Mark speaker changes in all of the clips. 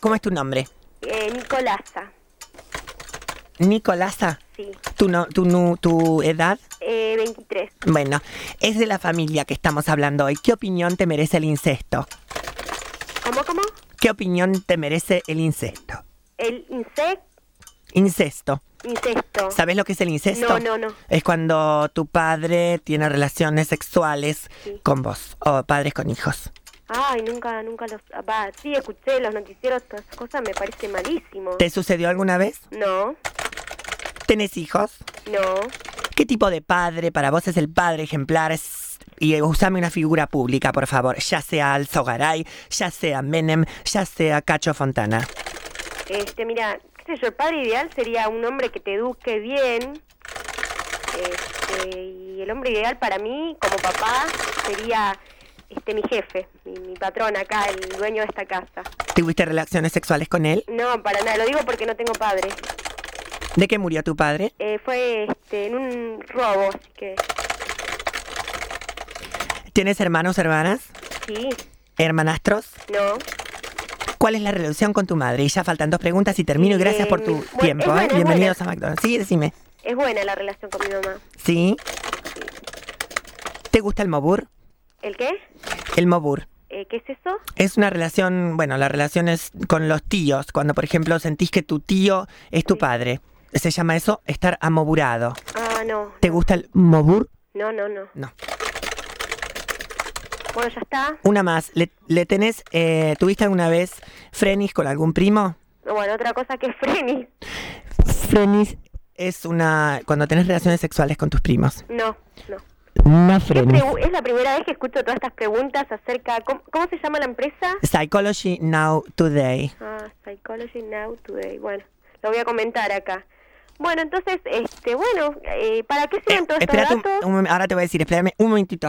Speaker 1: ¿Cómo es tu nombre?
Speaker 2: Eh, Nicolasa,
Speaker 1: Nicolasa.
Speaker 2: sí.
Speaker 1: ¿Tu, no- tu, nu- ¿Tu edad?
Speaker 2: Eh, 23.
Speaker 1: Bueno, es de la familia que estamos hablando hoy. ¿Qué opinión te merece el incesto?
Speaker 2: ¿Cómo, cómo?
Speaker 1: ¿Qué opinión te merece el incesto?
Speaker 2: El insect,
Speaker 1: Incesto.
Speaker 2: incesto.
Speaker 1: ¿Sabes lo que es el incesto?
Speaker 2: No, no, no.
Speaker 1: Es cuando tu padre tiene relaciones sexuales
Speaker 2: Sí.
Speaker 1: con vos o padres con hijos.
Speaker 2: Ay, nunca, nunca los... Va, sí, escuché los noticieros, todas esas cosas, me parece malísimo.
Speaker 1: ¿Te sucedió alguna vez?
Speaker 2: No,
Speaker 1: ¿Tenés hijos?
Speaker 2: no.
Speaker 1: ¿Qué tipo de padre para vos es el padre ejemplar? Es- Y eh, usame una figura pública, por favor, ya sea Alzo Garay, ya sea Menem, ya sea Cacho Fontana.
Speaker 2: Este, mira, qué sé yo, el padre ideal sería un hombre que te eduque bien. Este, y el hombre ideal para mí, como papá, sería este mi jefe, mi, mi patrón acá, el dueño de esta casa.
Speaker 1: ¿Tuviste relaciones sexuales con él?
Speaker 2: No, para nada, lo digo porque no tengo padre.
Speaker 1: ¿De qué murió tu padre?
Speaker 2: Eh, fue este, en un robo, así que
Speaker 1: ¿Tienes hermanos, hermanas,
Speaker 2: sí,
Speaker 1: hermanastros?
Speaker 2: no.
Speaker 1: ¿Cuál es la relación con tu madre? Y ya faltan dos preguntas y termino. Y gracias por tu
Speaker 2: Eh, bueno,
Speaker 1: tiempo.
Speaker 2: es buena,
Speaker 1: ¿eh?
Speaker 2: es
Speaker 1: Bienvenidos a McDonald's. Sí, decime.
Speaker 2: Es buena la relación con mi mamá.
Speaker 1: ¿Sí? ¿Te gusta el mobur?
Speaker 2: ¿El qué?
Speaker 1: El mobur.
Speaker 2: Eh, ¿Qué es eso?
Speaker 1: Es una relación, bueno, la relación es con los tíos, cuando por ejemplo sentís que tu tío es tu padre. Se llama eso estar amoburado.
Speaker 2: Ah, no.
Speaker 1: ¿Te gusta el mobur?
Speaker 2: No, no, no.
Speaker 1: No.
Speaker 2: Bueno, ya está.
Speaker 1: Una más, ¿le, le tenés, eh, tuviste alguna vez frenis con algún primo?
Speaker 2: Bueno, otra cosa que es Freni.
Speaker 1: Frenis es una, cuando tenés relaciones sexuales con tus primos.
Speaker 2: No, no.
Speaker 1: No
Speaker 2: ¿Qué pregu- es la primera vez que escucho todas estas preguntas acerca. ¿Cómo, cómo se llama la empresa?
Speaker 1: Psychology Now Today.
Speaker 2: Ah, Psychology Now Today. Bueno, lo voy a comentar acá. Bueno, entonces, este, bueno, eh, ¿para qué sirven todos estos
Speaker 1: Espérate un-
Speaker 2: datos?
Speaker 1: un- ahora te voy a decir, espérame un momentito.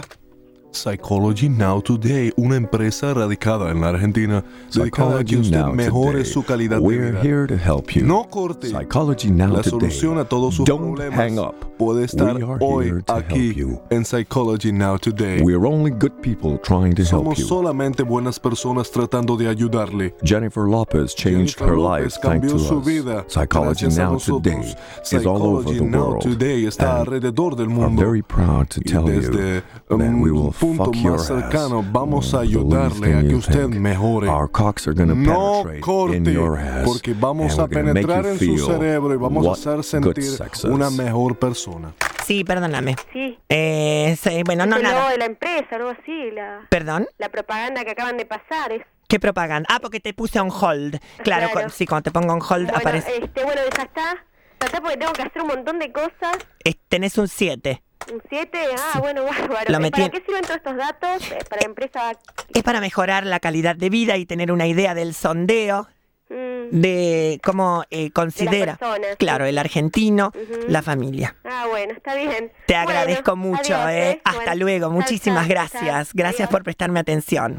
Speaker 3: Psychology Now Today, una empresa radicada en la Argentina, dedicada a que usted mejore su calidad de
Speaker 4: We're
Speaker 3: vida.
Speaker 4: here to help you.
Speaker 3: No corte.
Speaker 4: Psychology Now
Speaker 3: La
Speaker 4: Today.
Speaker 3: solución a todos sus
Speaker 4: Don't
Speaker 3: problemas
Speaker 4: hang up.
Speaker 3: puede estar
Speaker 4: We are
Speaker 3: hoy
Speaker 4: here to
Speaker 3: aquí
Speaker 4: help you.
Speaker 3: en Psychology Now Today.
Speaker 4: We're only good people trying to help
Speaker 3: Somos
Speaker 4: you.
Speaker 3: solamente buenas personas tratando de ayudarle.
Speaker 4: Jennifer Lopez changed
Speaker 3: Jennifer
Speaker 4: her
Speaker 3: Lopez
Speaker 4: life thanks
Speaker 3: cambió
Speaker 4: to
Speaker 3: su
Speaker 4: us.
Speaker 3: vida
Speaker 4: Psychology
Speaker 3: gracias a
Speaker 4: Now
Speaker 3: nosotros.
Speaker 4: Today is all over
Speaker 3: Psychology
Speaker 4: the
Speaker 3: Now
Speaker 4: world.
Speaker 3: Today está
Speaker 4: And
Speaker 3: alrededor del
Speaker 4: I'm
Speaker 3: mundo.
Speaker 4: very proud to
Speaker 3: Y
Speaker 4: tell
Speaker 3: desde
Speaker 4: you that
Speaker 3: un
Speaker 4: we will
Speaker 3: punto
Speaker 4: fuck
Speaker 3: más
Speaker 4: your
Speaker 3: cercano
Speaker 4: ass.
Speaker 3: vamos a
Speaker 4: Mm, the least
Speaker 3: ayudarle a
Speaker 4: thing
Speaker 3: que
Speaker 4: you
Speaker 3: usted
Speaker 4: think.
Speaker 3: mejore.
Speaker 4: Our cocks are gonna
Speaker 3: No
Speaker 4: penetrate in
Speaker 3: corte,
Speaker 4: your ass,
Speaker 3: porque vamos
Speaker 4: and
Speaker 3: a
Speaker 4: we're gonna make you
Speaker 3: penetrar en su
Speaker 4: feel
Speaker 3: cerebro y vamos a
Speaker 4: what
Speaker 3: hacer
Speaker 4: good
Speaker 3: sentir
Speaker 4: sex is.
Speaker 3: una mejor persona.
Speaker 1: Sí, perdóname.
Speaker 2: Sí,
Speaker 1: Eh, sí, bueno,
Speaker 2: es
Speaker 1: no,
Speaker 2: el logo
Speaker 1: nada.
Speaker 2: de la empresa, algo así, la,
Speaker 1: ¿Perdón?
Speaker 2: la propaganda que acaban de pasar. Es,
Speaker 1: ¿Qué propaganda? Ah, porque te puse on hold. Claro,
Speaker 2: Claro.
Speaker 1: cu- sí, cuando te pongo on hold
Speaker 2: bueno,
Speaker 1: aparece.
Speaker 2: este, bueno, ya está. Ya está porque tengo que hacer un montón de cosas.
Speaker 1: Es- tenés un 7.
Speaker 2: Un 7, ah, bueno, bárbaro.
Speaker 1: Lo
Speaker 2: Eh,
Speaker 1: metí
Speaker 2: ¿Para
Speaker 1: en-
Speaker 2: qué sirven todos estos datos? Eh, Para la empresa...
Speaker 1: Es para mejorar la calidad de vida y tener una idea del sondeo
Speaker 2: mm,
Speaker 1: de cómo eh, considera,
Speaker 2: personas, sí.
Speaker 1: claro, el argentino, la familia.
Speaker 2: Ah, bueno, está bien.
Speaker 1: Te
Speaker 2: Bueno,
Speaker 1: agradezco mucho,
Speaker 2: adiós,
Speaker 1: eh. Hasta
Speaker 2: Bueno,
Speaker 1: luego,
Speaker 2: chao,
Speaker 1: muchísimas
Speaker 2: chao,
Speaker 1: gracias.
Speaker 2: chao.
Speaker 1: Gracias
Speaker 2: Adiós.
Speaker 1: por prestarme atención.